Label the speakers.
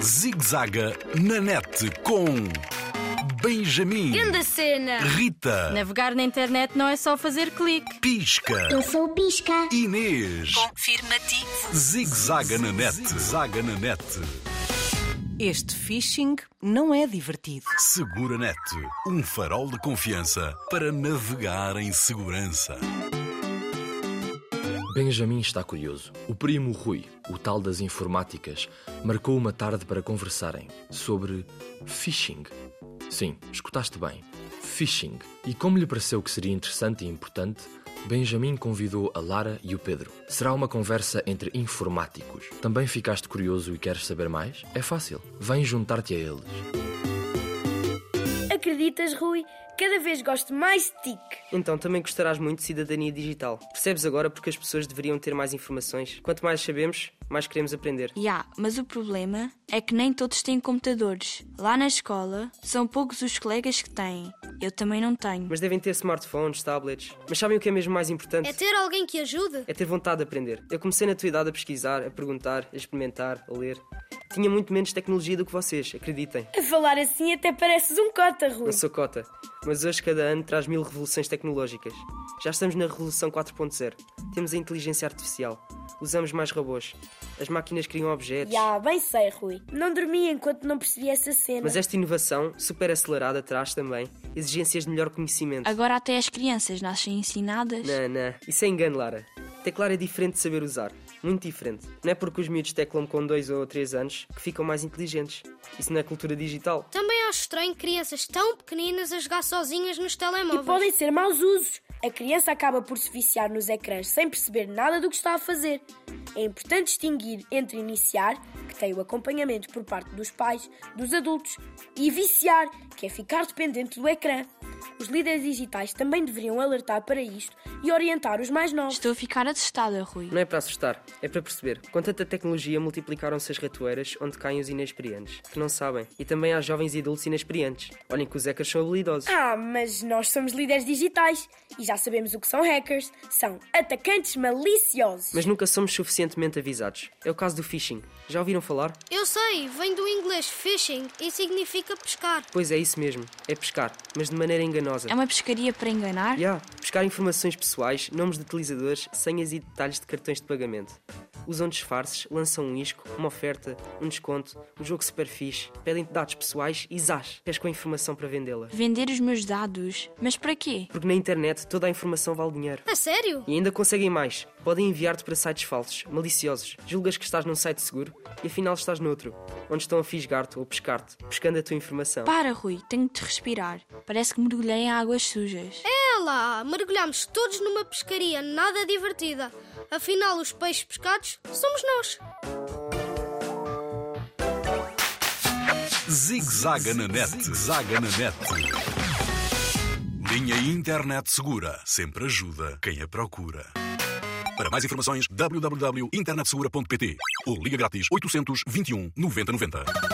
Speaker 1: Zigzaga na net com Benjamin,
Speaker 2: Grande cena!
Speaker 1: Rita,
Speaker 3: Navegar na internet não é só fazer clique.
Speaker 1: Pisca,
Speaker 4: Eu sou o Pisca.
Speaker 1: Inês.
Speaker 5: Confirmativo.
Speaker 1: Zigzaga na net, zaga na net.
Speaker 5: Este phishing não é divertido.
Speaker 1: Segura Net, um farol de confiança para navegar em segurança.
Speaker 6: Benjamin está curioso. O primo Rui, o tal das informáticas, marcou uma tarde para conversarem sobre phishing. Sim, escutaste bem. Phishing. E como lhe pareceu que seria interessante e importante, Benjamin convidou a Lara e o Pedro. Será uma conversa entre informáticos. Também ficaste curioso e queres saber mais? É fácil. Vem juntar-te a eles.
Speaker 2: Acreditas, Rui? Cada vez gosto mais de ti.
Speaker 7: Então também gostarás muito de cidadania digital. Percebes agora porque as pessoas deveriam ter mais informações? Quanto mais sabemos, mais queremos aprender.
Speaker 8: Já, mas o problema é que nem todos têm computadores. Lá na escola, são poucos os colegas que têm. Eu também não tenho.
Speaker 7: Mas devem ter smartphones, tablets. Mas sabem o que é mesmo mais importante?
Speaker 2: É ter alguém que ajude?
Speaker 7: É ter vontade de aprender. Eu comecei na tua idade a pesquisar, a perguntar, a experimentar, a ler. Tinha muito menos tecnologia do que vocês, acreditem.
Speaker 2: A falar assim até pareces um cota, Rui.
Speaker 7: Não sou cota, mas hoje cada ano traz mil revoluções tecnológicas. Já estamos na revolução 4.0. Temos a inteligência artificial. Usamos mais robôs. As máquinas criam objetos.
Speaker 2: Já, bem sei, Rui. Não dormi enquanto não percebi essa cena.
Speaker 7: Mas é- esta inovação, super acelerada, traz também exigências de melhor conhecimento.
Speaker 8: Agora até as crianças nascem ensinadas.
Speaker 7: Não, não. Isso é engano, Lara. Teclar é diferente de saber usar. Muito diferente. Não é porque os miúdos teclam com 2 ou 3 anos que ficam mais inteligentes. Isso não é cultura digital.
Speaker 9: Também acho estranho crianças tão pequeninas a jogar sozinhas nos
Speaker 2: E
Speaker 9: telemóveis.
Speaker 2: podem ser maus usos. A criança acaba por se viciar nos ecrãs sem perceber nada do que está a fazer. É importante distinguir entre iniciar, que tem o acompanhamento por parte dos pais, dos adultos, e viciar, que é ficar dependente do ecrã. Os líderes digitais também deveriam alertar para isto e orientar os mais novos.
Speaker 8: Estou a ficar assustada, Rui.
Speaker 7: Não é para assustar, é para perceber. Com tanta tecnologia multiplicaram-se as ratoeiras onde caem os inexperientes, que não sabem. E também há jovens e adultos inexperientes. Olhem que os ecas são habilidosos.
Speaker 2: Ah, mas nós somos líderes digitais e já sabemos o que são hackers. São atacantes maliciosos.
Speaker 7: Mas nunca somos suficientemente avisados. É o caso do phishing. Já ouviram falar?
Speaker 9: Eu sei, vem do inglês fishing e significa pescar.
Speaker 7: Pois é isso mesmo. É pescar, mas de maneira enganosa.
Speaker 8: É uma pescaria para enganar?
Speaker 7: Ya, buscar informações pessoais, nomes de utilizadores, senhas e detalhes de cartões de pagamento. Usam disfarces, lançam um isco, uma oferta, um desconto, um jogo super fixe, pedem dados pessoais e zás, pescam a informação para vendê-la.
Speaker 8: Vender os meus dados? Mas para quê?
Speaker 7: Porque na internet toda a informação vale dinheiro.
Speaker 9: A sério?
Speaker 7: E ainda conseguem mais. Podem enviar-te para sites falsos, maliciosos. Julgas que estás num site seguro e afinal estás noutro, onde estão a fisgar-te ou pescar-te, pescando a tua informação.
Speaker 8: Para, Rui, tenho de respirar. Parece que mergulhei em águas sujas.
Speaker 9: É lá, mergulhamos todos numa pescaria nada divertida. Afinal, os peixes pescados somos nós.
Speaker 1: Zigzaga na net, zaga na net. Linha Internet Segura sempre ajuda quem a procura. Para mais um informações, www.internetsegura.pt ou liga grátis 821 9090.